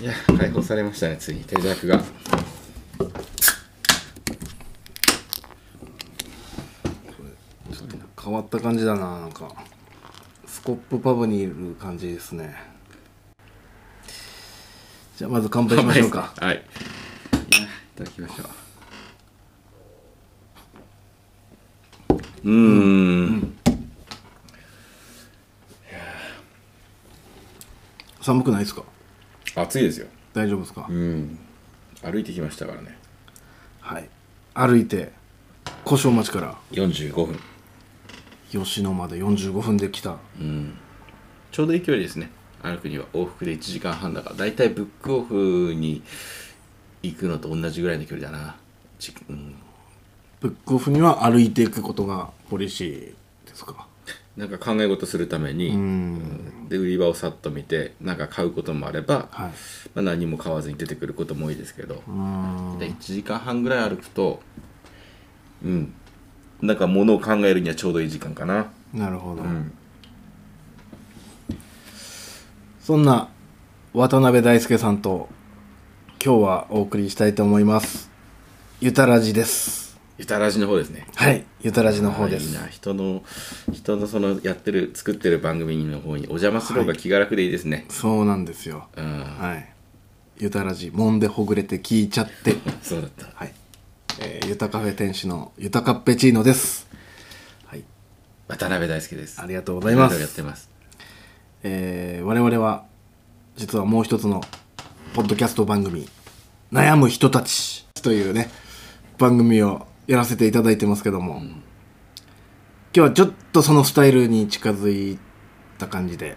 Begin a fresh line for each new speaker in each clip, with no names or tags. いや解放されましたねついに手弱が
変わった感じだななんかスコップパブにいる感じですねじゃあまず乾杯しましょうか
はいいやいただきましょううーん、
寒くないですか
暑いですよ
大丈夫ですか、
うん歩いてきましたからね
はい歩いて古正町から
45分
吉野まで45分で来た
ちょうどいい距離ですね歩くには往復で1時間半だからだいたいブックオフに行くのと同じぐらいの距離だなじうん
ブックオフには歩いていくことがポリシーですか
なんか考え事するために、うんで売り場をさっと見てなんか買うこともあれば、
はい
まあ、何も買わずに出てくることも多いですけど、
うーん
で1時間半ぐらい歩くとうんなんか物を考えるにはちょうどいい時間かな
なるほど、
うん
そんな渡辺大輔さんと今日はお送りしたいと思いますゆたらじです
ゆたらじの方ですね
はいゆたらじの方です
いいな人の人のそのやってる作ってる番組の方にお邪魔する方が気が楽でいいですね、
そうなんですよ
うん
はいゆたらじもんでほぐれて聞いちゃって
そうだった
はい、えー、ゆたカフェ店主のゆたかっぺチーノですはい
渡辺大輔です
ありがとうございま
いろいろやって
す
ます
えー、我々は実はもう一つのポッドキャスト番組「悩む人たち」というね番組をやらせていただいてますけども、今日はちょっとそのスタイルに近づいた感じで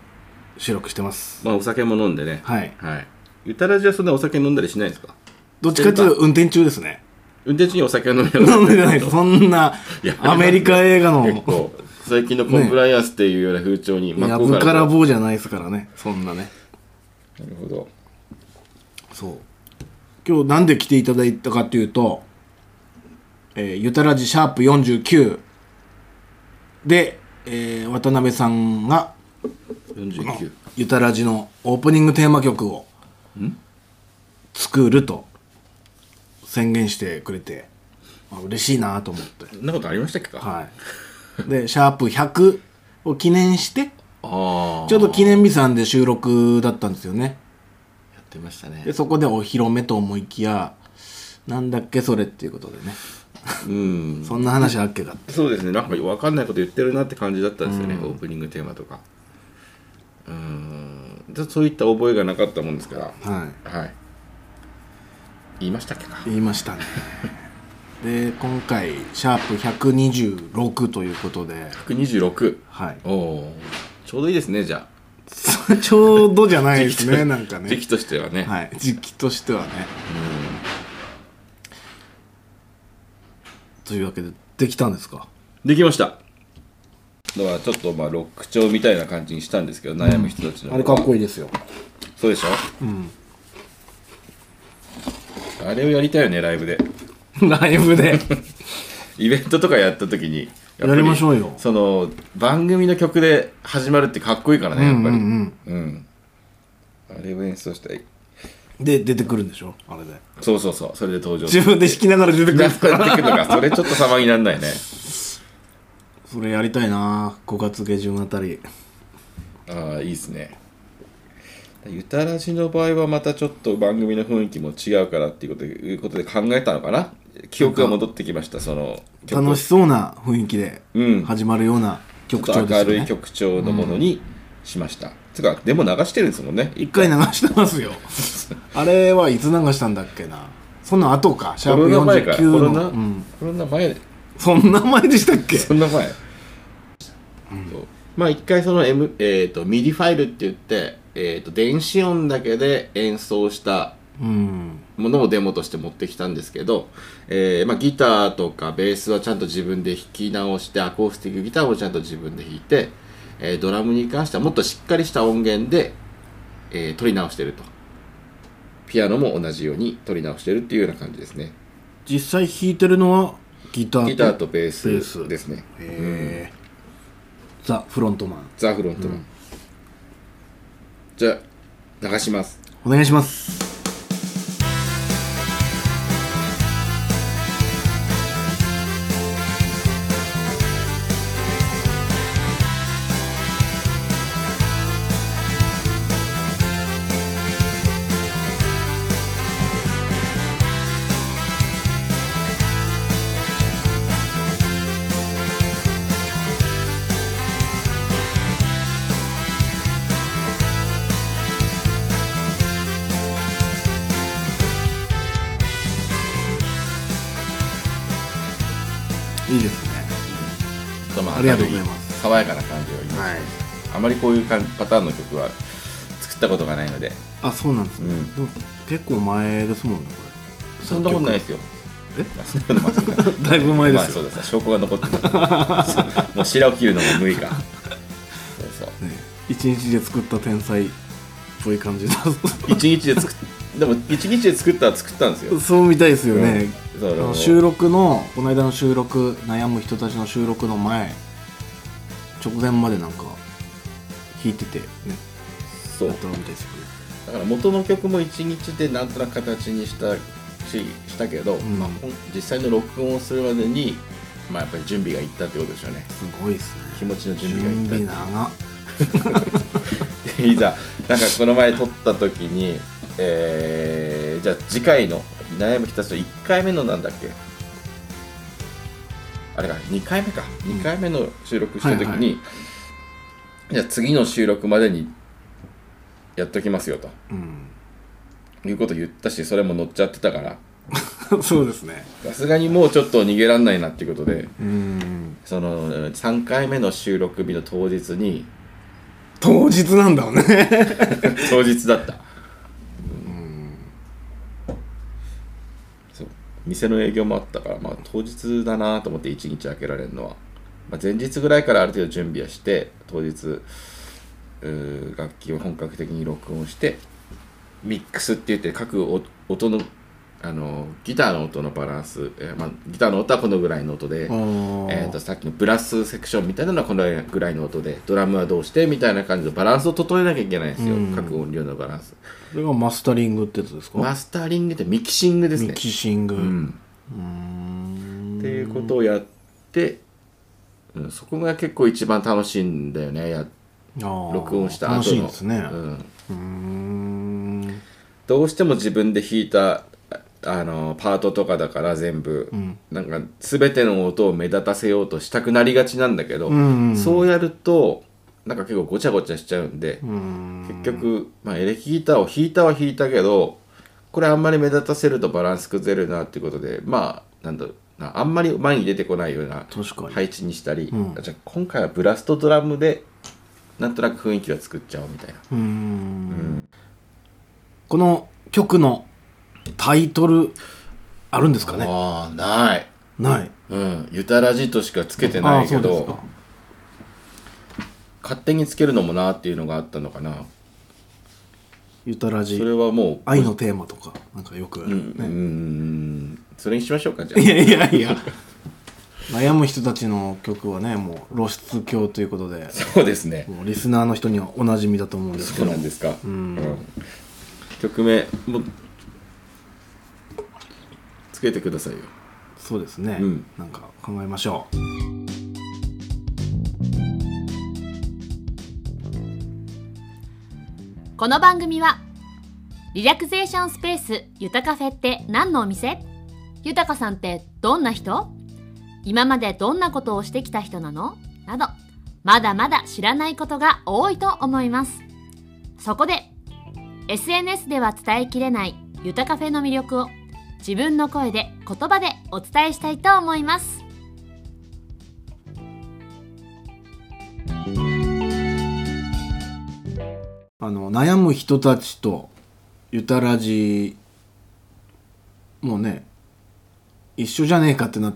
収録してます
まあお酒も飲んでね
はい
はいゆたらじはそんなお酒飲んだりしないんですか
どっちかっていうと運転中ですね
運転中にお酒を飲みながら
飲んでない そんない
や
アメリカ映画の
結構最近のコンプライアンスっていうような風潮に
や
こう
ぶから棒じゃないですからねそんなね
なるほど
そう今日なんで来ていただいたかというと「えー、ゆたらじシャープ #49」で、えー渡辺さんが
49
「ゆたらじ」のオープニングテーマ曲を作ると宣言してくれてあ嬉しいなと思って
そんなことありましたっけか、あ
はいで「シャープ #100」を記念して
あ
ちょうど記念日さんで収録だったんですよね
やってましたね
でそこでお披露目と思いきやなんだっけそれっていうことでね
うん
そんな話あっけかって
そうですねなんか分かんないこと言ってるなって感じだったんですよね、オープニングテーマとかうんじゃそういった覚えがなかったもんですから
はい
はい言いましたっけか
言いま したねで今回シャープ126ということで
126
はい
おおちょうどいいですねじゃ
ちょうどじゃないです
時期と
ねなんか
あ、時
ね
期としてはね、
はい時期としてはねというわけでできたんですか
できましただからちょっとまあロック調みたいな感じにしたんですけど悩む人たちの、
あれかっこいい ですよ
そうでしょうんあれをやりたいよねライブで
ライブ で
イベントとかやった時にっぱ
やりましょうよ
その番組の曲で始まるってかっこいいからねやっぱりうんあれを演奏したい
で出てくるんでしょあれで
そうそうそうそれで登場
自分で弾きながら出てく る
やってくるのがそれちょっと様になんないね
それやりたいな5月下旬あたり
ああいいですねゆたらじの場合はまたちょっと番組の雰囲気も違うからっていうことでいうことで考えたのかな記憶が戻ってきましたその曲
楽しそうな雰囲気で
うん
始まるような曲
ちょ
調
っ
で
と明
すよ
るい
ね、
曲調のものにしました、つうかでも流してるんですもんね
一回流してます よあれはいつ流したんだっけなその後かシャ
コロナ前
ープ
から
49
コロナ、
の、うん、
コロナ前
そんな前でしたっけ
そんな前、そうまあ一回その、M えー、とミディファイルって言って、えー、と電子音だけで演奏した
うん
ものをデモとして持ってきたんですけど、えーまあ、ギターとかベースはちゃんと自分で弾き直してアコースティックギターもちゃんと自分で弾いて、えードラムに関してはもっとしっかりした音源で、えー撮り直してるとピアノも同じように撮り直してるっていうような感じですね
実際弾いてるのはギターと
ギターとベー
ベース
スですね
えーザ・フロントマン
ザ・フロントマン、じゃあ流します
お願いしますいいですね
ま
ありがとうございます
爽やかな感じを言いました
はい
あまりこういうかんパターンの曲は作ったことがないので
あそうなんですね、
うん
でも結構前ですもんねこれ
そんなことないですよ
え
あそんな ことないですよ
だいぶ前ですよ
まあそうです証拠が残ってます そうもう白を切るのも無理かそうそう
作曲ね一日で作った天才っぽい感じだ
一日で作っでも一日で作ったら作ったんですよ、
そうみたいですよね、
うんそう
あの収録のこの間の収録悩む人たちの収録の前直前までなんか弾いててね
そう
やったみたいですよね
だから元の曲も一日でなんとなく形にしたししたけど、
ん
まあ、ほん実際の録音をするまでに、まあ、やっぱり準備がいったってことでしょうね
すごいですね
気持ちの準備
準
がいった
備長っ
で いざなんかこの前撮った時に、えー、じゃあ次回の「悩む人たちの1回目のなんだっけあれか2回目か2回目の収録した時に、
はいは
じゃあ次の収録までにやっときますよと
うん
いうこと言ったしそれも乗っちゃってたから
そうですね
さすがにもうちょっと逃げらんないなっていうことで
うん
その3回目の収録日の当日に
当日なんだ よね
当日だったそう店の営業もあったから、まあ、当日だなと思って一日空けられるのは、まあ、前日ぐらいからある程度準備はして当日うー楽器を本格的に録音してミックスって言って各お音のあのギターの音のバランス、えーまあ、ギターの音はこのぐらいの音で、えー、とさっきのブラスセクションみたいなのはこのぐらいの音でドラムはどうしてみたいな感じのバランスを整えなきゃいけないんですよ、
うん
各音量のバランス
それがマスタリングってやつですか、
マスタリングってミキシングですね
ミキシングう
うん
ーん
っていうことをやって、うん、そこが結構一番楽しいんだよねや
あー
録音した後の
楽しいんですね
う、
うんーん
どうしても自分で弾いたああのパートとかだから全部、
ん
なんか全ての音を目立たせようとしたくなりがちなんだけど、
うん
そうやるとなんか結構ごちゃごちゃしちゃうんで、
うん
結局、まあ、エレキギターを弾いたは弾いたけどこれあんまり目立たせるとバランス崩れるなっていうことでまあなんだろうなあんまり前に出てこないような
確かに
配置にしたり、
うん
じゃあ今回はブラストドラムでなんとなく雰囲気は作っちゃおうみたいな
うーんこの曲のタイトルあるんですかね
ああない
ない
うん「ゆたらじ」としかつけてないけ
あーそうです
ど
か
勝手につけるのもなっていうのがあったのかな
ゆたら
そ
じ
れはもう
愛のテーマとかなんかよくあ
う
る、
ん、う
ね
んそれにしましょうかじゃ
いやいやいや悩む人たちの曲はねもう露出狂ということ で
あそうですね
もうリスナーの人にはおなじみだと思うんですけ
そう
ど
なんですか。
ん
曲名もうつけてくださいよ。
そうですね、
うん
なんか考えましょう
この番組はリラクゼーションスペースゆたカフェって何のお店ゆたかさんってどんな人今までどんなことをしてきた人なのなどまだまだ知らないことが多いと思いますそこで SNS では伝えきれないゆたカフェの魅力を自分の声で言葉でお伝えしたいと思います
あの悩む人たちとゆたらじもうね一緒じゃねえかってなっ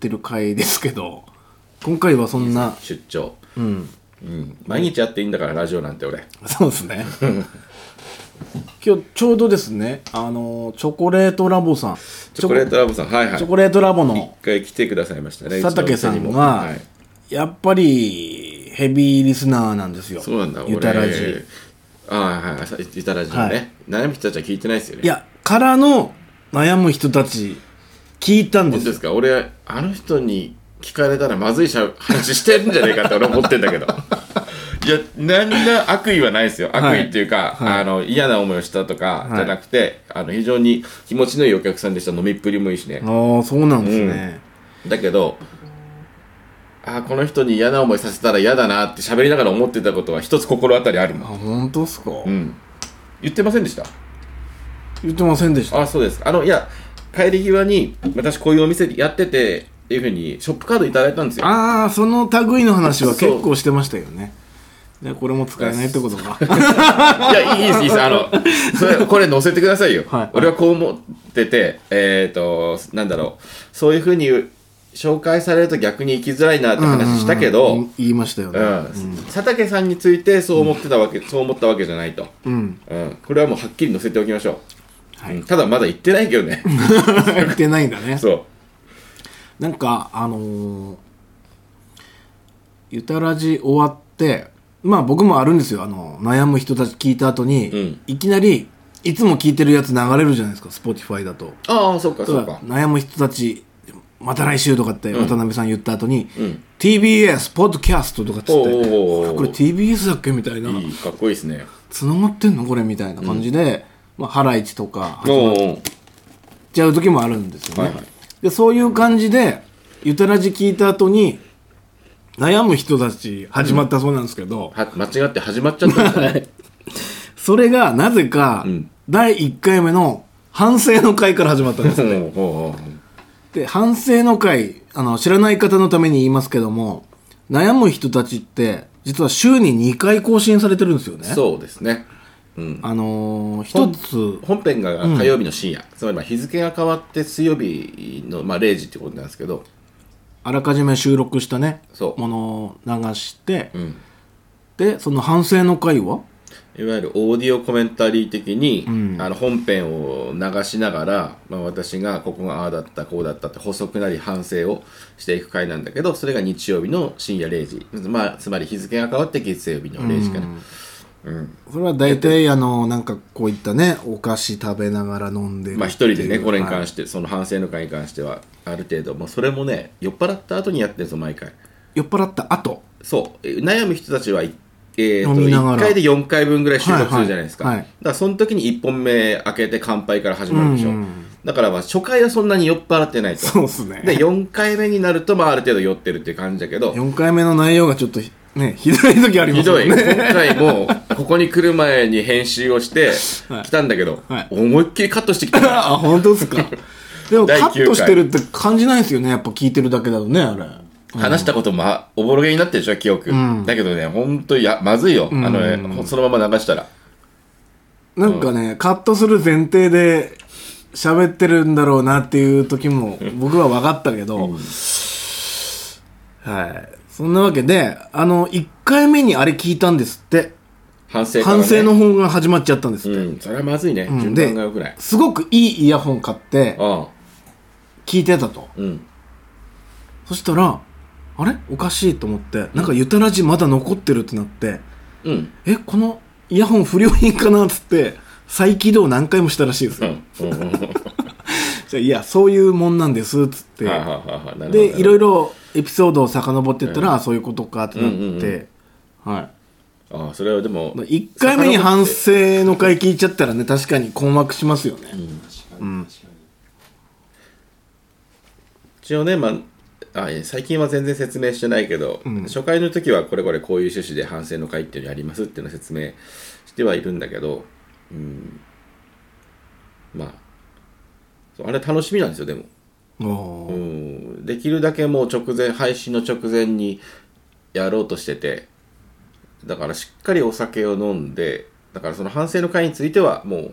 てる回ですけど 今回はそんな
出張。
うん
うん。毎日やっていいんだからラジオなんて俺。
そうですね今日ちょうどですねあのチョコレートラボさん
チョコレートラボさんはいはい。
チョコレートラボ
一
の
回来てくださいましたね。
佐竹さん
うちのお店
が
にもはい
やっぱりヘビーリスナーなんですよ
そうなんだ。
ゆたらじ
俺あはいはいさいただじゃね、悩む人たちは聞いてないですよね
いやからの悩む人たち聞いたんで
本
す
当で
よ
すか俺あの人に聞かれたらまずいしゃ話してるんじゃないかって俺思ってんだけど いや何ら悪意はないですよ悪
はい
意っていうか、
はい
あの嫌な思いをしたとか
はい
じゃなくて、あの非常に気持ちのいいお客さんでした飲みっぷりもいいしね、
ああそうなんですね、
だけどあーこの人に嫌な思いさせたら嫌だなって喋りながら思ってたことは一つ心当たりある
あ
の
本当ですか、
うん言ってませんでした
言ってませんでした
あそうですあのいや帰り際に私こういうお店やっててっていうふうにショップカードいただいたんですよ
ああその類の話は結構してましたよねじゃあこれも使えないってことか
いや、いいです、いいです。あの、それ、これ載せてくださいよ。
はい
俺はこう思ってて、えっ、と、なんだろう。そういうふうに紹介されると逆に生きづらいなって話したけ
うんうんう
ど
ん、言いましたよ
う
ね
ん。佐竹さんについてそう思ってたわけ、そう思ったわけじゃないと。
うん、
うん。これはもうはっきり載せておきましょう。
はい
うんただまだ言ってないけどね。
言ってないんだね
そう。
なんかあのーゆたらじ終わってまあ僕もあるんですよあの悩む人たち聞いた後に、
うん
いきなりいつも聞いてるやつ流れるじゃないですか Spotify だと
ああ、そうか、そう
ただ
か。
悩む人たちまた来週とかって渡辺さん言った後に、
うん
TBS ポッドキャストとかっつって
おうおうおうおう
これ TBS だっけみたいない
い、かっこいいですね。
繋がってんのこれみたいな感じで、まあ、ハライチとか
お
始まっ
おう
ちゃう時もあるんですよね、
はいはい
でそういう感じでゆたらじ聞いた後に悩む人たち始まったそうなんですけど、
は間違って始まっちゃ ったんだね。
それがなぜか、
ん
第1回目の反省の会から始まったんです
お
よ
う
ね
おうおう
で反省の会あの知らない方のために言いますけども悩む人たちって実は週に2回更新されてるんですよね
そうですね。うん。
あのー一つ
本編が火曜日の深夜、つまりまあ日付が変わって水曜日の、まあ、0時ってことなんですけど、
あらかじめ収録したね
そう
ものを流して、
ん
でその反省の会はい
わゆるオーディオコメンタリー的に、
ん
あの本編を流しながら、まあ、私がここがああだったこうだったって補足なり反省をしていく回なんだけどそれが日曜日の深夜0時、まあ、つまり日付が変わって月曜日の0時から、
それは大体あのなんかこういったねお菓子食べながら飲んでる
まあ、一人で
ってい
ね
う
これに関
はい
して、その反省の回に関してはある程度もうそれもね酔っ払った後にやってるんですよ毎回。
酔っ払った後
そうえー悩む人たちは、えー、と
飲みながら
1回で4回分ぐらい収録するじゃないですか、
はいはいはい
だからその時に1本目開けて乾杯から始まるでしょ、
うんうん
だからまあ初回はそんなに酔っ払ってないと
そうっすね
で4回目になるとまあある程度酔ってるっていう感じだけど
4回目の内容がちょっとひねひどい時ありま
ひ
すよ
ど
ね
い今回もここに来る前に編集をして
はい
来たんだけど、
はい
思いっきりカットしてきたから
あ本当 ですかでも
第
カ
九回
ットしてるって感じないですよねやっぱ聞いてるだけだとねあれ
話したこともあおぼろげになってるでしょ記憶、
ん
だけどね本当やまずいよ、あのねそのまま流したら
なんかね、カットする前提で喋ってるんだろうなっていう時も僕は分かったけど、はい。そんなわけで、あの、1回目にあれ聞いたんですって、
反省から、ね、
反省の方が始まっちゃったんですって。
うんそれはまずいね、
うん
順番が良くない
すごくいいイヤホン買って
あ
聞いてたと。
あうん
そしたら、あれおかしいと思って、なんかゆたらじまだ残ってるってなって、
うん
え、このイヤホン不良品かなっつって、再起動何回もしたらしいです
う
よ。
んうんうん
じゃあいや、そういうもんなん ですっつって。
はいはいはいはいなるほど
でいろ
い
いろエピソードを遡っていったら、あそういうことかってなって、
うんうん
は
ろああそれはでも
い、1回目に反省の回聞いちゃったらね確かに困惑しますよね、
一応ね、まあ、あえ最近は全然説明してないけど、初回の時はこれこれこういう趣旨で反省の会っていうのやりますっていうのを説明してはいるんだけど、うん、まあそうあれ楽しみなんですよでも、
お
う
ー
ん、できるだけもう直前配信の直前にやろうとしててだからしっかりお酒を飲んでだからその反省の会についてはもう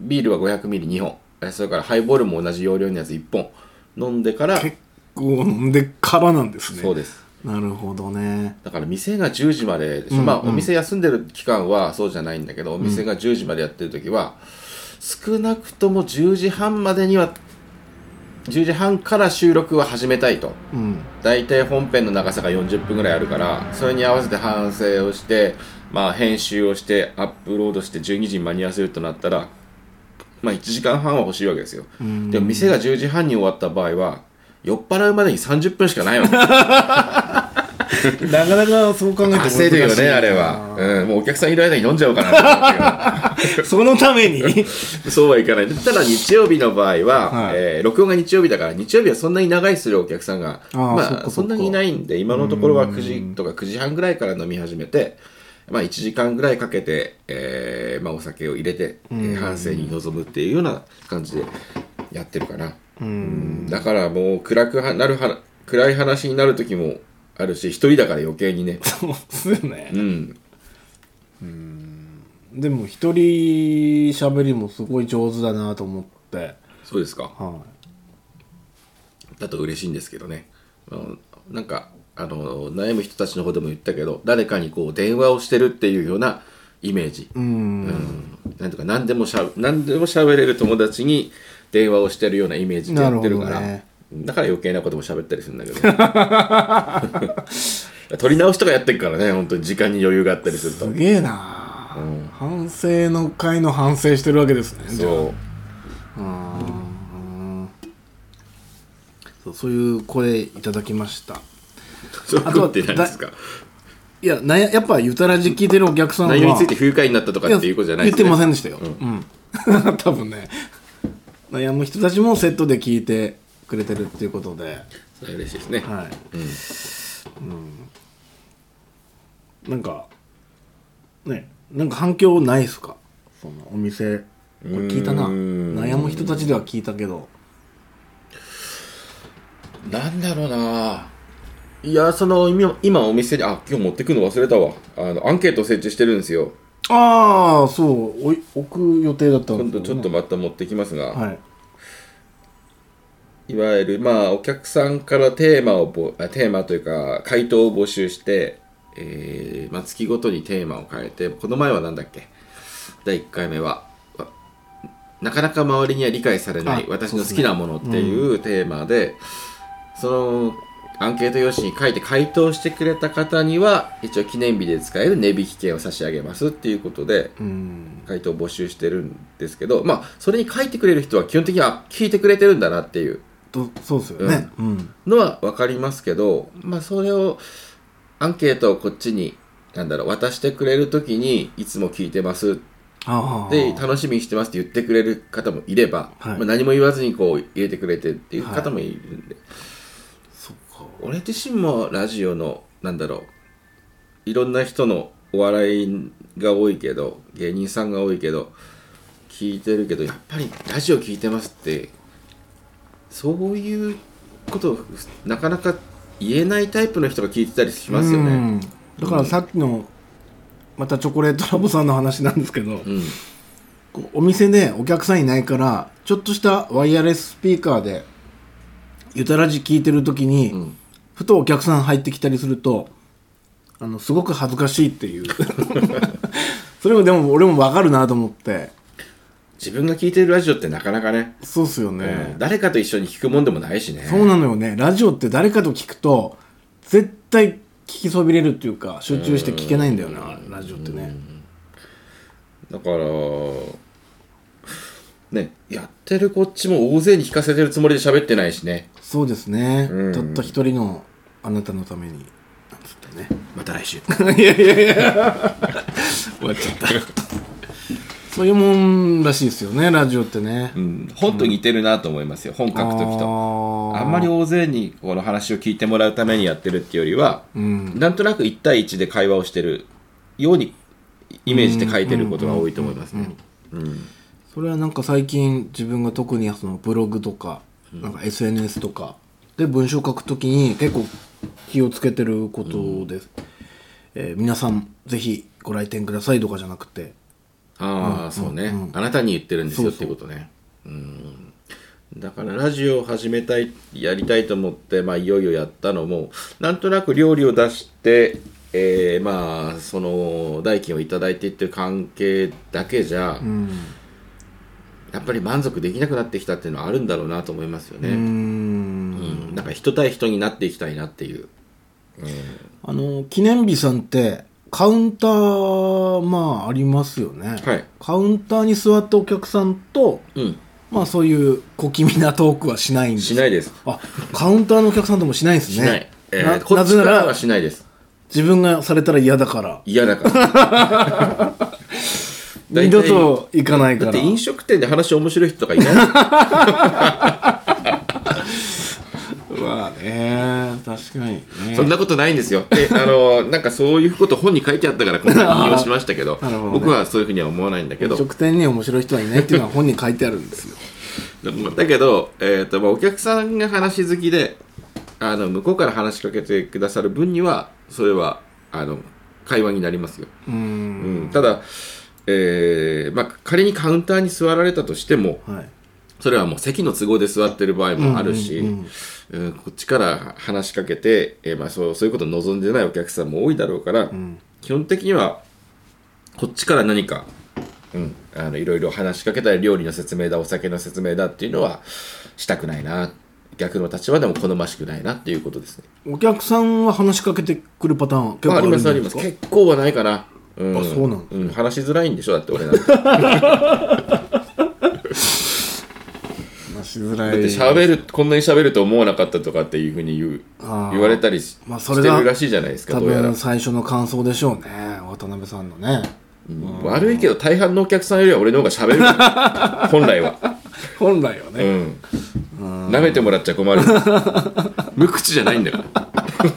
ビールは5 0 0ミリ2本えそれからハイボールも同じ容量のやつ1本飲んでから
結構飲んでからなんですね
そうです
なるほどね
だから店が10時まででしょ、
うんうん
まあお店休んでる期間はそうじゃないんだけどお店が10時までやってる時は、少なくとも10時半までには10時半から収録は始めたいと
うん
大体本編の長さが40分ぐらいあるからそれに合わせて反省をしてまあ、編集をしてアップロードして12時に間に合わせるとなったら、まあ、1時間半は欲しいわけですよでも店が10時半に終わった場合は酔っ払うまでに30分しかないわけ
なかなかそう考えても
焦るよねあれは、うん、もうお客さんいる間に飲んじゃおうかなと思うけど
そのために
そうはいかない。ただ日曜日の場合は、
はい
えー録音が日曜日だから、日曜日はそんなに長いするお客さんが、
あー
ま
そっかそっ
あ、
か
そんなにいないんで、今のところは9時とか9時半ぐらいから飲み始めて、まあ、1時間ぐらいかけて、えーまあ、お酒を入れて、えー反省に臨むっていうような感じでやってるかな。うんだからもう暗くはなるは暗い話になる時もあるし、一人だから余計に ね。
そうっすよね
うん。
でも一人喋りもすごい上手だなと思って
そうですか。
は
だと嬉しいんですけどね。あのなんかあの悩む人たちの方でも言ったけど誰かにこう電話をしてるっていうようなイメージ、
いうん
うんなんとか何でもしゃ何でも喋れる友達に電話をしてるようなイメージでやってるか
なる
ら
ほどね
だから余計なことも喋ったりするんだけど 取り直しとかやってるからね本当に時間に余裕があったりすると
すげえな、反省の回の反省してるわけですねじゃあ
そう
そうそういう声いただきました
そういうことって何ですか
いやなややっぱゆたらじ聞いてるお客さんは
内容について不愉快になったとかっていうことじゃない
言ってません
ん
でしたよ、うん 多分ね悩む人たちもセットで聞いてくれてるっていうことで
それは嬉しいですね、
はい、うんなんかねなんか反響ないですかそのお店これ聞いたな
うーん
悩む人たちでは聞いたけど
なんだろうないやその今今お店にあ今日持ってくの忘れたわあのアンケート設置してるんですよ
ああそうおい置く予定だったん
今
です
度
よね
ちょっとまた持ってきますが、
はい
い、わゆるまあお客さんからテーマをぼあテーマというか回答を募集して、えーまあ、月ごとにテーマを変えてこの前はなんだっけ第1回目はわなかなか周りには理解されない
あ
私の好きなものっていうテーマでそのアンケート用紙に書いて回答してくれた方には一応記念日で使える値引き券を差し上げますっていうことで
うん
回答を募集してるんですけどまあそれに書いてくれる人は基本的には聞いてくれてるんだなっていう
とそうですよねうん、
のは分かりますけどまあそれをアンケートをこっちになんだろう渡してくれる時にいつも聞いてます
ああ
で楽しみにしてますって言ってくれる方もいれば、
はい
まあ、何も言わずにこう入れてくれてっていう方もいるんで、
そっか
俺自身もラジオのなんだろういろんな人のお笑いが多いけど芸人さんが多いけど聞いてるけどやっぱりラジオ聞いてますってそういうことをなかなか言えないタイプの人が聞いてたりしますよ
う
ね。
んだからさっきのまたチョコレートラボさんの話なんですけど、
うん、
こうお店でお客さんいないからちょっとしたワイヤレススピーカーでゆたらじ聞いてる時に、
うん
ふとお客さん入ってきたりするとあのすごく恥ずかしいっていう それもでも俺もわかるなと思って
自分が聞いてるラジオってなかなかね、
そうっすよね、
うん誰かと一緒に聞くもんでもないしね。
そうなのよねラジオって誰かと聞くと絶対聞きそびれるっていうか集中して聞けないんだよなラジオってね
だからねやってるこっちも大勢に聞かせてるつもりで喋ってないしね
そうですね、
うん
たった一人のあなたのためになんつってね
また来週
いやいやいや終わっちゃったそういうもんらしいですよねラジオってね、
うん本と似てるなと思いますよ本書く時と
あー
あんまり大勢にこの話を聞いてもらうためにやってるっていうよりは、
うん
なんとなく1対1で会話をしてるようにイメージで書いてることが多いと思いますね
それはなんか最近自分が特にそのブログとかなんか SNS とかで文章書くときに結構気をつけてることです、えー皆さんぜひご来店くださいとかじゃなくて
ああ、そうね、あなたに言ってるんですよっていうことねうんだからラジオを始めたいやりたいと思って、まあ、いよいよやったのもなんとなく料理を出して、えーまあその代金をいただいてっていう関係だけじゃ、やっぱり満足できなくなってきたっていうのはあるんだろうなと思いますよね、
うー
うんんなんか人対人になっていきたいなっていう
あの記念日さんってカウンターまあありますよね、
はい
カウンターに座ったお客さんと
うん
まあそういう小気味なトークはしないんです
しないです
あカウンターのお客さんともしないんですね
しない、えー
な
こ
な
っち
ぜな
からは
ら
しないです
自分がされたら嫌だから
嫌だから大体
二度と行かないか
だ
ら
って飲食店で話面白い人とかいない
まあね確かに ね
そんなことないんですよであのなんかそういうこと本に書いてあったから今回引用しましたけど
なるほどね
僕はそういうふうには思わないんだけど
飲食店に面白い人はいないっていうのは本に書いてあるんですよ
だけど、えーとまあ、お客さんが話好きであの向こうから話しかけてくださる分にはそれはあの会話になりますよ、
うー
うんんただ、えーまあ、仮にカウンターに座られたとしても
はい
それはもう席の都合で座ってる場合もあるし、
う
うんん
うん
こっちから話しかけて、えーまあ、そうそういうことを望んでないお客さんも多いだろうから、
ん
基本的にはこっちから何か、うん、あのいろいろ話しかけたり料理の説明だお酒の説明だっていうのはしたくないな逆の立場でも好ましくないなっていうことですね。
お客さんは話しかけてくるパターン結
まあ、
構あ
あり
るん
ま
です
す
か
あります結構はないかな。うん、
あそうなん
うん、話しづらいんでしょだって俺なんてだっ
まあしづら
て喋るこんなに喋ると思わなかったとかっていうふうに言う
あー
言われたりし,、
まあそ
し
れ
て
が
るらしいじゃないですか
多
どうやら
分、最初の感想でしょうね渡辺さんのね
うん悪いけど大半のお客さんよりは俺の方が喋る 本来は
本来は
う
ね、
ん舐めてもらっちゃ 困る無口じゃないんだか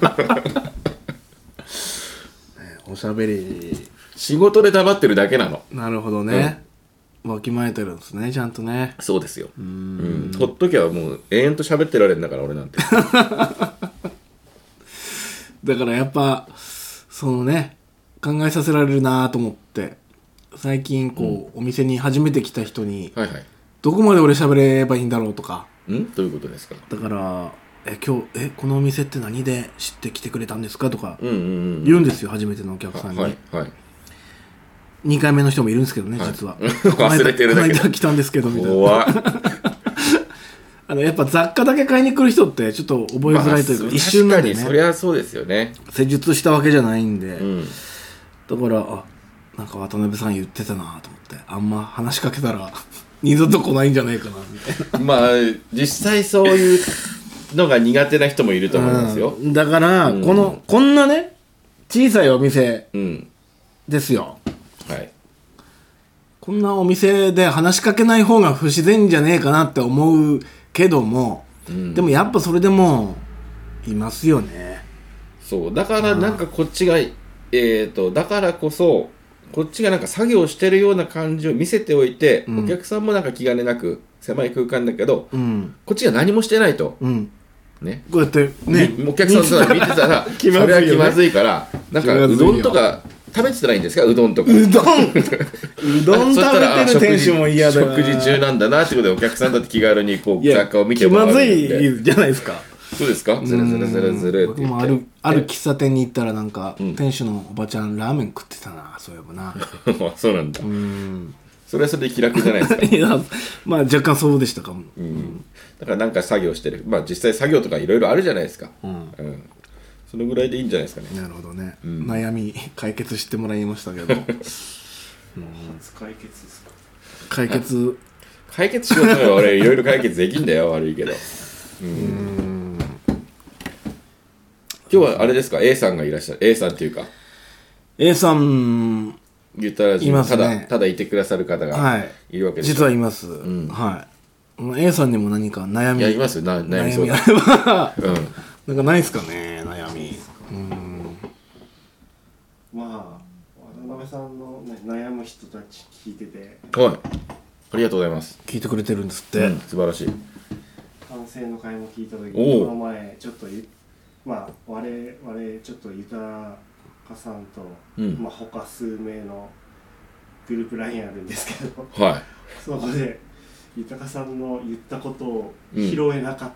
ら
おしゃべり
仕事で黙ってるだけなの
なるほどね、わきまえてるんですねちゃんとね
そうですようんほっときゃもう延々と喋ってられるんだから俺なん て
だからやっぱそのね考えさせられるなと思って最近こう、お店に初めて来た人に
はいはい
どこまで俺喋ればいいんだろうとか
んどういうことですか
だからえ今日えこのお店って何で知ってきてくれたんですかとか
うんうん
言うんですよ、初めてのお客
う
さん
ん
に、
はいはい
2回目の人もいるんですけどね、実 は
忘れてるだけ
この間この間来たんですけどみたいな
怖っ
あのやっぱ雑貨だけ買いに来る人ってちょっと覚えづらいというか、
まあ
一瞬なんで
確かにそ
ね
りゃそうですよね
施術したわけじゃないんで、
うん
だからあなんか渡辺さん言ってたなと思ってあんま話しかけたら二度と来ないんじゃないかなみたいな
まあ実際そういうのが苦手な人もいると思いますよ
うんだから、
ん
このこんなね小さいお店
うん
ですよ
はい
こんなお店で話しかけない方が不自然じゃねえかなって思うけども、
ん
でもやっぱそれでもいますよね
そうだからなんかこっちがえっ、とだからこそこっちがなんか作業してるような感じを見せておいて、
うん
お客さんもなんか気兼ねなく狭い空間だけど
うん
こっちが何もしてないと
うん
ね
こうやってね
みお客さんとか見てたら
気まずいよね
それは気まずいからなん
気ま
か
ず
う
いよ
どんとか食べてたらいいんですかうどんとか
うどんうどん
そした らあ
食べてる店主も嫌だな
食事食事中なんだなってことでお客さんだって気軽にこう雑貨を見てもらう
気まず
んで
いじゃないですか
そうですかずれずれずれずれって
僕
言
もあ
っ
る
て
ある喫茶店に行ったらなんか、
うん
店主のおばちゃんラーメン食ってたなそういえばな
そうなんだ
うん
それはそれで気楽じゃない ですか
いやまあ若干そうでしたかも、
うんだからなんか作業してる、まあ、実際作業とかいろいろあるじゃないですか、
うん
うん、そのぐらいでいいんじゃないですかね
なるほどね、悩み解決してもらいましたけ ど
初解決ですか
解決
解決しようと思えば俺いろいろ解決できんだ よ悪いけど、うん今日はあれですか A さんがいらっしゃる A さんっていうか
A さん
言ったら
います
た
ね
だただいてくださる方
は
が
い
いるわけです
実はいます、
ん
はいこの A さんにも何か悩
い
み
やいますよな悩みそうだ
あれば
うん
なんかないですかね悩みうん
まあ渡辺さんの、ね、悩む人たち聞いてて
はいありがとうございます、
聞いてくれてるんですっ
う
て
ん、素晴らしい
反省の会も聞いた時
おう
この前ちょっとゆまあ我々ちょっと豊かさんと、
うん
まあ他数名のグループラインあるんですけど
は
そこで豊かさんの言ったことを拾えなかったとか、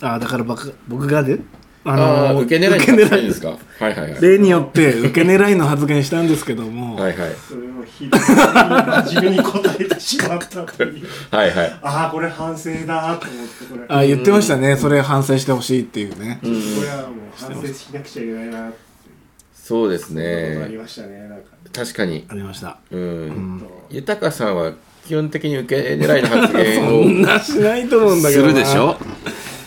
ああだから僕僕がで
あ
あ
の
のー
受け狙い
受け
になっていいん
狙
ですかはいはいはい
い例によって受け狙いの発言したんですけども、
はいはい
それを拾って自分に答えてしまった という
はいはい
ああこれ反省だと思ってこれ
あ言ってましたね、それ反省してほしいっていうね、
これはもう反省しなくちゃいけないなって
そうです
そんなことあり
ね
ましたねなんか
確かに
ありました
うん
ちょっと
豊さんは基本的に受け狙いの発 言
なしないと思うん
を
だけ
す
どな
るでしょ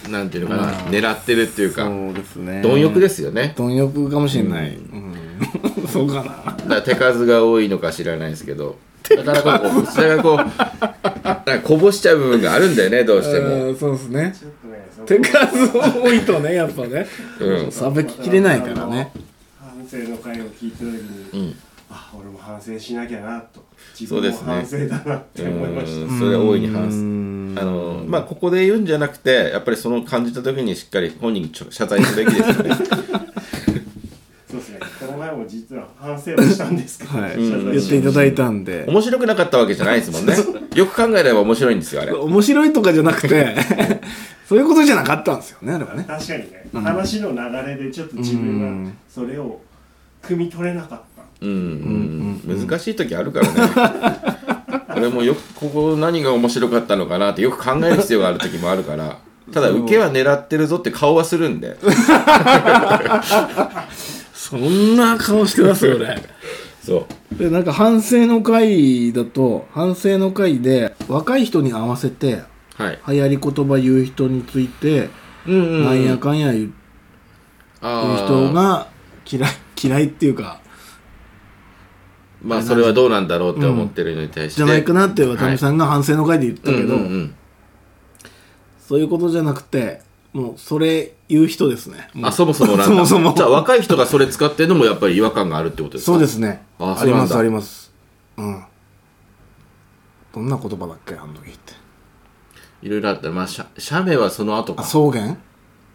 なんていうのかな狙ってるっていうか
そうですね
貪欲ですよね
貪欲かもしれない、うん そうか
だ
な
から手数が多いのか知らないですけどだからこうそれがこうなんかこぼしちゃう部分があるんだよねどうしても
うんそうですね
ちょっとねその
手数多いと ねやっぱね
うん
さばききれないからね
反省の回を聞いた時
う
に、
ん
あ俺も反省しなきゃなと自
そう
分
で
も
すね
反省だなって思いました、
うんそれは大いに反
う
省
ん
あのまあここで言うんじゃなくてやっぱりその感じた時にしっかり本人にちょ謝罪すべきですよ ね
そうですねこの前も実は反省をしたんですけど、
はい、
謝罪
言っ
して
いただいたんで
面白くなかったわけじゃないですもんねよく考えれば面白いんですよあれ
面白いとかじゃなくてそういうことじゃなかったんですよねあれはね
確かにね、話の流れでちょっと自分がそれを汲み取れなかった、
うん、難しい時あるからね俺もよくここ何が面白かったのかなってよく考える必要がある時もあるからただ受けは狙ってるぞって顔はするんで
そんな顔してますよ俺
そう
でなんか反省の会だと反省の会で若い人に合わせて
はい
流行り言葉言う人について、
うんう
なんやかんや言う
あー
人が嫌い嫌いっていうか
まあそれはどうなんだろうって思ってるのに対して
じゃないかなって渡
はい
辺さんが反省の会で言った
うん
けど、
うんうん
そういうことじゃなくてもうそれ言う人ですねもう
あそもそもなんだ
そもそも
じゃあ若い人がそれ使ってるのもやっぱり違和感があるってことですか
そうですね
あ
あ
そう
り
なん
ま
だ
すありますうんどんな言葉だっけあの時って
いろいろあったまあ写写メはその後
あ
か
草原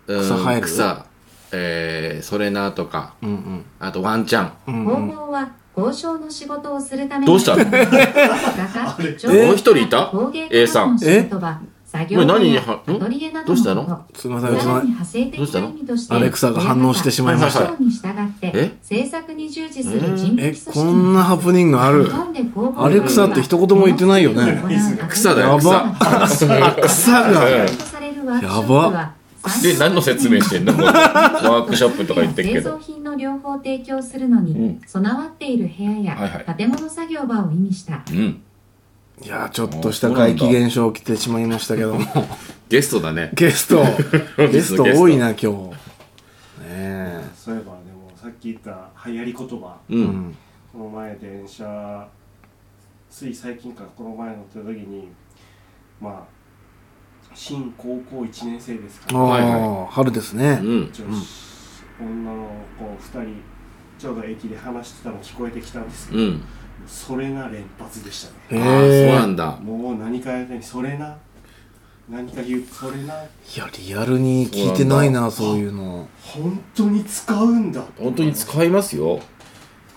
うん
草生える
草えー、それなとか
うんうん
あとワンチャン
うん
本業は交渉の仕事をするために
どうしたの
も
もう一人いた A さん
え作業
これ何に
や
は
アトリエなど
どうしたの
も
すいませ
さ
んうち
ら
の
に派生的
どうした
な
の
意味として
アレクサが反応してしまいま
した
データに従って
え
制作に従事する人
え
的組織
こんなハプニン グある
日本で公募
アレクサって一言も言ってないよね
草だよ
やば
草
草が
や
やば
で何の説明 してんのワークショップとか言ってるけ
製
ど
造品の両方を提供するのに、
うん
備わっている部屋
はいは
や建物作業場を意味した
うん
いやーちょっとした怪奇現象起きてしまいましたけど も
ゲストだね
ゲスト
本日の
ゲ
ゲス
ス
ト
ト多いな今日ねえ
そういえばでもさっき言った流行り言葉
うん、
うん
この前電車つい最近かこの前乗った時にまあ新高校1年生ですか
あ
ら、
はい
あ春ですね
うん
女子、女の子2人ちょうど駅で話してたの聞こえてきたんですけど、
うん
それな連発でしたね
へ
あーそう
え
なんだ
もう何かやるにそれな何か言うそれない
やリアルに聞いてないなそういうの
本当に使うんだ
本当に使いますよ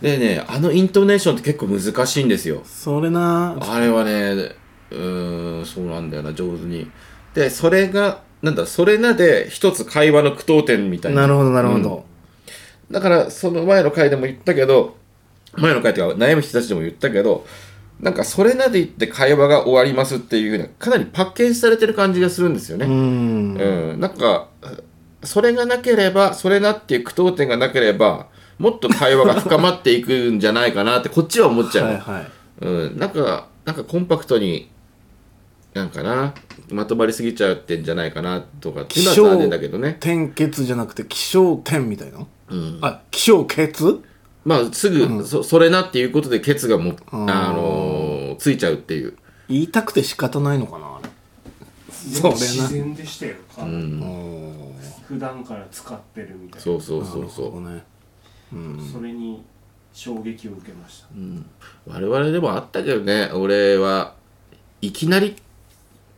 でねあのイントネーションって結構難しいんですよ
それな
あれはねうーんそうなんだよな上手にでそれがなんだそれなで一つ会話の句読点みたいな
なるほどなるほど
だからその前の回でも言ったけど前の回というか悩む人たちでも言ったけどなんかそれなで言って会話が終わりますっていうようなかなりパッケージされてる感じがするんですよね、
うん
うん、なんかそれがなければそれなっていう句読点がなければもっと会話が深まっていくんじゃないかなってこっちは思っちゃう、
はいはい
うん、なんかなんかコンパクトになんかなまとまりすぎちゃってんじゃないかなとかっていうのは残念だけどね、
点結じゃなくて気象点みたいな
うん、
あ気象結
まあすぐ、そそれなっていうことでケツがもあ
あー
のーついちゃうっていう、
言いたくて仕方ないのかなあれ
でも
それな
自然でしたよ、か
うん、
おー
普段から使ってるみたいな
そうそうそう
なる
そ
ほどねうん
それに衝撃を受けました、
う、うん、我々でもあったけどね俺はいきなりっ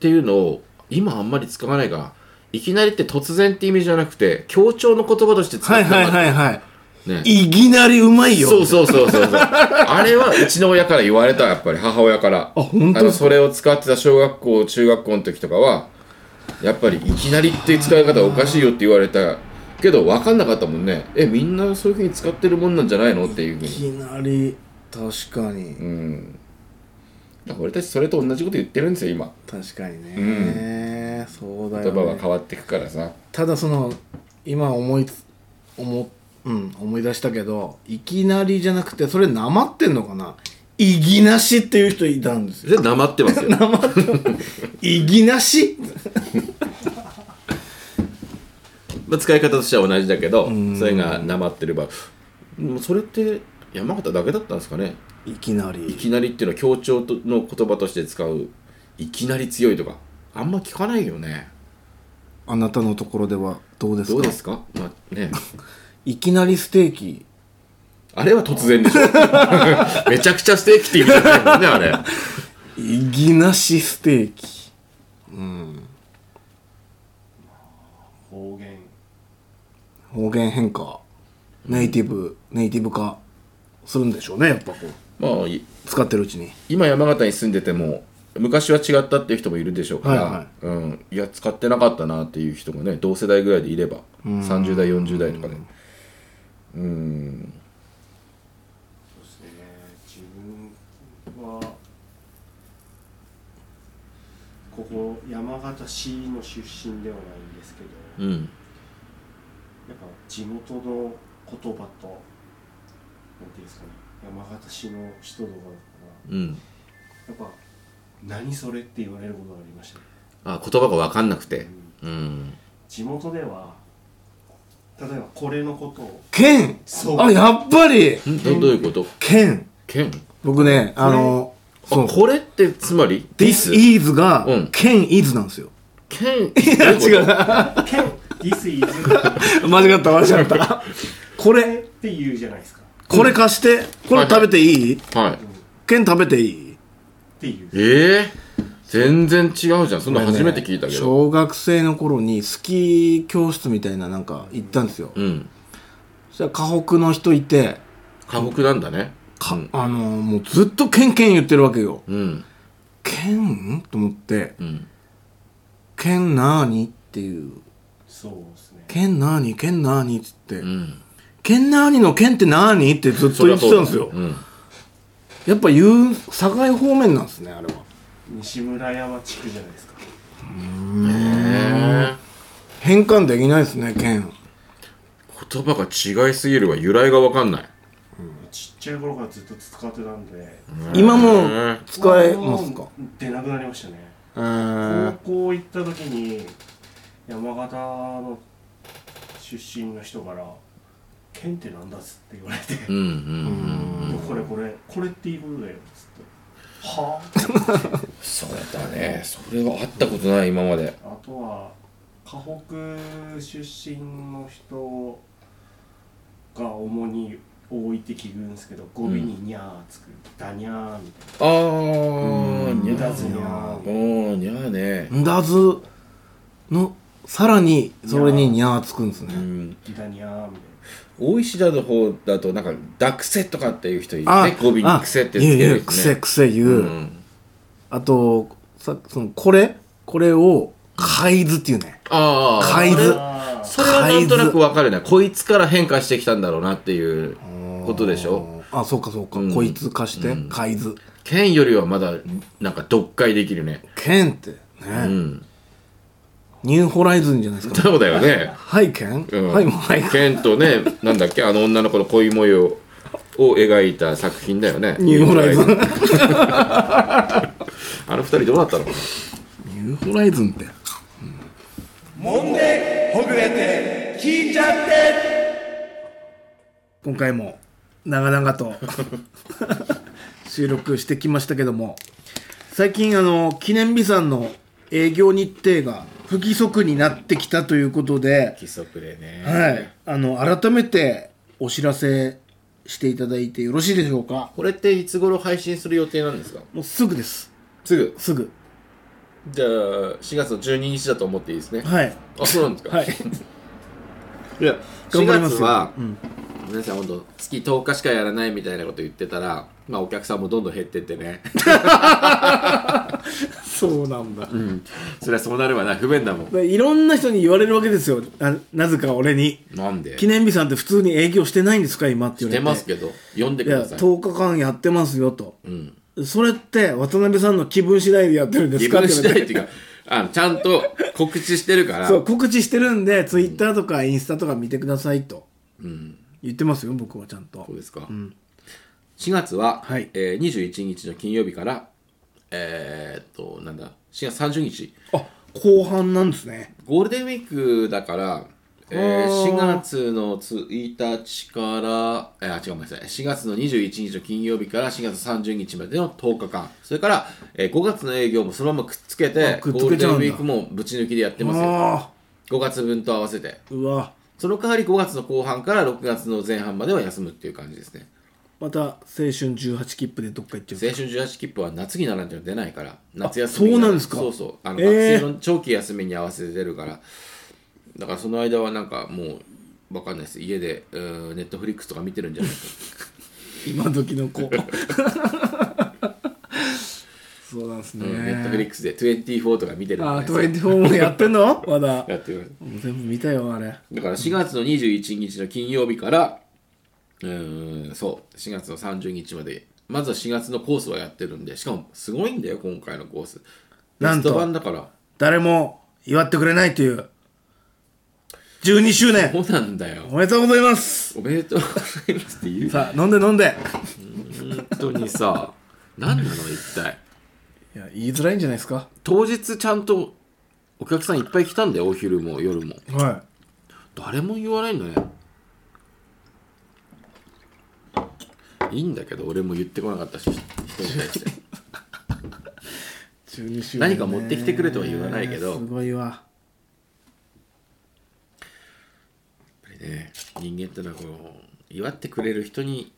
ていうのを今あんまり使わないからいきなりって突然って意味じゃなくて強調の言葉として使
は
っ
い
てた
はい
か
はいはい
ね
いきなりうまいよ
そうそうそうそうそうあれはうちの親から言われたやっぱり母親から
あ本当
のそれを使ってた小学校中学校の時とかはやっぱりいきなりっていう使い方おかしいよって言われたけど分かんなかったもんねえみんなそういうふうに使ってるもんなんじゃないのっていうふう
い
に
きなり確かに、
うんだから俺たちそれと同じこと言ってるんですよ今
確かにね、そうだ
言
よ、
葉が
ね、
変わってくからさ
ただその今思いつ思っうん、思い出したけど、いきなりじゃなくて、それなまってんのかないぎなしっていう人いたんですよ。
全然なまって ますよ
いぎなし
まあ使い方としては同じだけどそれがなまってればもうそれって山形だけだったんですかね
いきなり。
いきなりっていうのは強調との言葉として使ういきなり強いとかあんま聞かないよね
あなたのところではどうですか
どうですか まあね
いきなりステーキ。
あれは突然でしょ めちゃくちゃステーキって意味じゃないもんねあれ
いぎなしステーキ。
方言
方言変化。ネイティブ、ネイティブ化するんでしょうね、やっぱこう。
まあい
使ってるうちに。
今山形に住んでても昔は違ったっていう人もいるでしょうから、
はいはい
うん、いや使ってなかったなっていう人もね同世代ぐらいでいれば30代40代とかでうん
そうですね自分はここ山形市の出身ではないんですけど
うん
やっぱ地元の言葉となんていうんですかね山形市の人とかだか
う
ら
ん
やっぱ「何それ?」って言われることがありましたね
あ言葉が分かんなくてうん
地元では例えばこれのことを
剣
そう
あ、やっぱり
んどどういうこと
剣
剣
僕ね、あの、
あこれってつまり
This
This
is が
うん、
剣 is なんですよ。
剣
違う。
「けん」「This is」っ
間違った、間違った。これ、
て言うじゃないですかっ
これ貸して、これ食べていい
はい
剣食べていい
ていう
ええ全然違うじゃんそんな初めて聞いたけど、
小学生の頃にスキー教室みたいななんか行ったんですよ。
うん
そしたら河北の人いて、
過酷なんだね
か
うん
あのーもうずっとケンケン言ってるわけよ。
うん
ケンと思って、
うん
ケンなーにっていう、
そうですね
ケンなーに、ケンなーにっつって、
うん
ケンなーにのケンってなーにってずっと言ってたんですよ。
うん
やっぱ言う、境方面なんですね、あれは。
西村山地区じゃないですか
へえ
変換できないですね、ケン。
言葉が違いすぎるわ由来が分かんない
ちっちゃい頃からずっと使ってたんで
今
へ
も
ー
使えますか
もう出なくなりましたね
えー、
高校行った時に山形の出身の人から「剣ってなんだ?」っつって言われて
うんうんうん
「これこれこれっていうことだよ」っつって「は
そうだねそれはあったことない今まで
あ」あとは河北出身の人が主に多いって聞くんですけど語尾に「にゃー」つく「だにゃー」みたい
あーに
な「
ゃ
にだずにゃー」みたいな
おーにゃーね
んだずの、さらに、それににゃーつくんです
う
ね。
ん
「だにゃー」みたいな。
大石田の方だとなんか「だくせ」とかっていう人いて
あ、
語尾に「くせ」ってつける
言う言う、
人
く
ね
せくせ言う。
うん
あと、さ、その、これこれを、海図っていうね。
ああ
海図。
あ
それはなんとなくわかるねこいつから変化してきたんだろうなっていうことでしょ
あ、そうかそうか。
うん
こいつ貸して、海図。
剣よりはまだなんか読解できるね
ケンって、ね、
うん
ニューホライズンじゃないですか。
そうだよね
はい、ケン、
うん
はい、もうはい。
剣とねなんだっけあの女の子の恋模様を描いた作品だよね
ニューホライズン。ニ
あの二人どうだったのかな
ューホライズンって。
もんでほぐれて聞いちゃって
今回も、長々と収録してきましたけども、最近、あの、記念日さんの営業日程が不規則になってきたということで、
規則でね
はい、あの改めてお知らせしていただいてよろしいでしょうか
これっていつ頃配信する予定なんですか
もうすぐです
すぐ
すぐ
じゃあ4月の12日だと思っていいですね
はい
あそうなんですか
はい
いや
頑
4
張ります
月
よ
は
うん、
皆さん本当月10日しかやらないみたいなこと言ってたらまあお客さんもどんどん減ってってね
そうなんだ
それはそうなればな不便だもん
でいろんな人に言われるわけですよななぜか俺に
なんで
記念日さんって普通に営業してないんですか今って言
し
われ
て
て
ますけど読んで
い
く
や
ださい
10日間やってますよと
うん
それって渡辺さんの気分次第でやってるんです
自
かっ
分
て
次
言わ
第
れ
って
て
いうかあのちゃんと告知してるから
そう告知してるんでツイッターとかインスタとか見てくださいと
うん
言ってますよ僕はちゃんと
そうですか、
ん
4月は、
はい
えー、21日の金曜日からえー、っとなんだ4月30日
あ後半なんですね
ゴールデンウィークだから、えー、
あー
4月の1日から、えー、あ違うごめんなさい4月の21日の金曜日から4月30日までの10日間それから、えー、5月の営業もそのままくっつけ
あ
て
くっつけ
ゴール
ち
デ
ゃ
ン
うん
ウ
だ
ィークもぶち抜きでやってますよ
あ
5月分と合わせて
ーうわ
その代わり5月の後半から6月の前半までは休むっていう感じですね
また青春18切符でどっか行っちゃう
青春18切符は夏にならんと出ないから夏休
あ
みに
そうなんですか
そうそうあの、
えー
学生の長期休みに合わせて出るからだからその間はなんかもうわかんないです家でうーネットフリックスとか見てるんじゃないか
今時の 子そうなんですね、
ネットフリックスで24とか見てるんじゃな
ああ
いですか
24もやってんのまだ
やってる
もう全部見たよあれ
だから4月の21日の金曜日からうーんそう4月の30日までまずは4月のコースはやってるんでしかもすごいんだよ今回のコース
なん
ベ
と
スト版だから
誰も祝ってくれないという12周年
そうなんだよ
おめでとうございます
おめでとうございますって言う
さあ飲んで飲んで
本当にさ何なの一体
いや言いづらいんじゃないですか
当日ちゃんとお客さんいっぱい来たんだよお昼も夜も
は
誰も言わないんだねいいんだけど俺も言ってこなかったし人に対して
い12周年
何か持ってきてくれとは言わないけど
すごいわ
ね人間ってのはこう祝ってくれる人に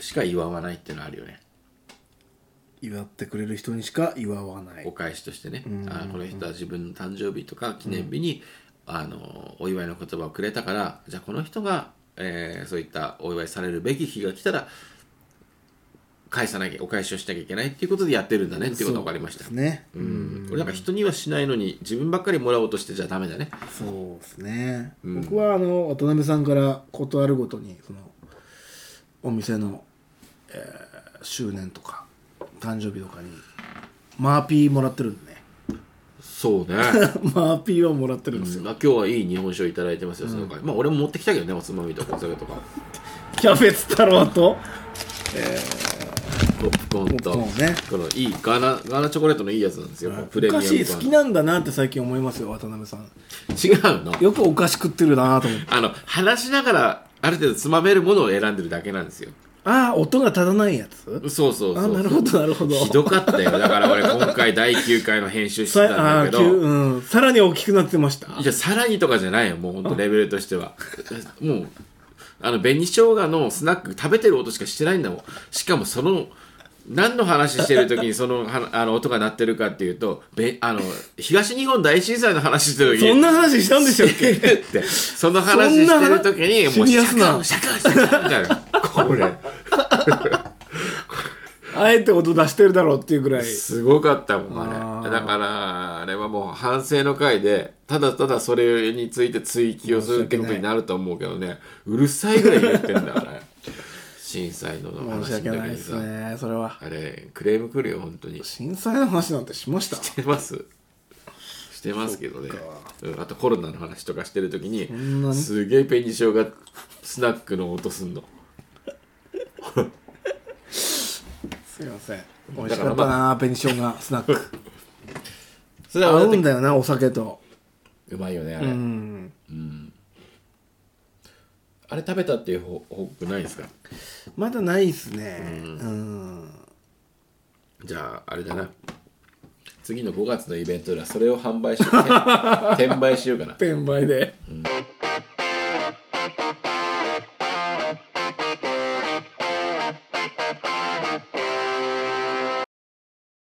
しか祝わないっていうのはあるよね
祝ってくれる人にしか祝わない
お返しとしてねあこの人は自分の誕生日とか記念日に、あのお祝いの言葉をくれたからじゃあこの人が、えーそういったお祝いされるべき日が来たら返さなきゃお返しをしなきゃいけないっていうことでやってるんだねっていうことが分かりました
そうですね
うん俺なんか人にはしないのに自分ばっかりもらおうとしてじゃダメだね
そうですね、
うん
僕はあの渡辺さんから事あるごとにそのお店の、えー周年とか誕生日とかにマーピーもらってるんでね
そうね
マーピーはもらってるんです よ、
まあ今日はいい日本酒をいただいてますよその代わり、まあ俺も持ってきたけどねおつまみとかお酒とか
キャベツ太郎と
ポップコーンと
ポップコーンね
このいいガーナガーナチョコレートのいいやつなんですよ、
お
プレミア
菓
ム
子
バー
好
ナ
きなんだなって最近思いますよ渡辺さん
違うの
よくお菓子食ってるなと思って
あの話しながらある程度つまめるものを選んでるだけなんですよ
ああ音が立たないやつ
そうそうそう
あなるほどなるほど
ひどかったよだから俺今回第9回の編集して
さ
たん
あ
だけ
ー急
ど
うん、さらに大きくなってました
いやさらにとかじゃないよもうほんとレベルとしてはもうあの紅生姜のスナック食べてる音しかしてないんだもんしかもその何の話してる時にその はあの音が鳴ってるかっていうとべあの東日本大震災の話してる時に
そんな話したんでしたっ け
ってその話してる時にも
そんな話
う
シ
シ
リア
ャ
スな
カンシャカンシャカンみたいなこれ
あえて音出してるだろうっていうぐらい
すごかったもんあ
あー
れだからあれはもう反省の回でただただそれについて追記をするってことになると思うけどねうるさいぐらい言ってんだか ら震災の
申
話
し訳
の
な
時
いで
に
す
さ、
ねそれは
あれクレーム来るよ本当にし
震災の話なんてしました
てますしてますけどね、うん、あとコロナの話とかしてる時に
んなに
すげえペニショがスナックの音すんの
すいません美味しかったな紅生姜スナッ ク
それは
合
俺
うん
だ
だよなお酒と
けうまいよねあ
う
れ、
ん
あれ食べたっていう報報告ないですか
まだないっすねうん
じゃああれだな次の5月のイベントではそれを販売して転売しようかな
転売で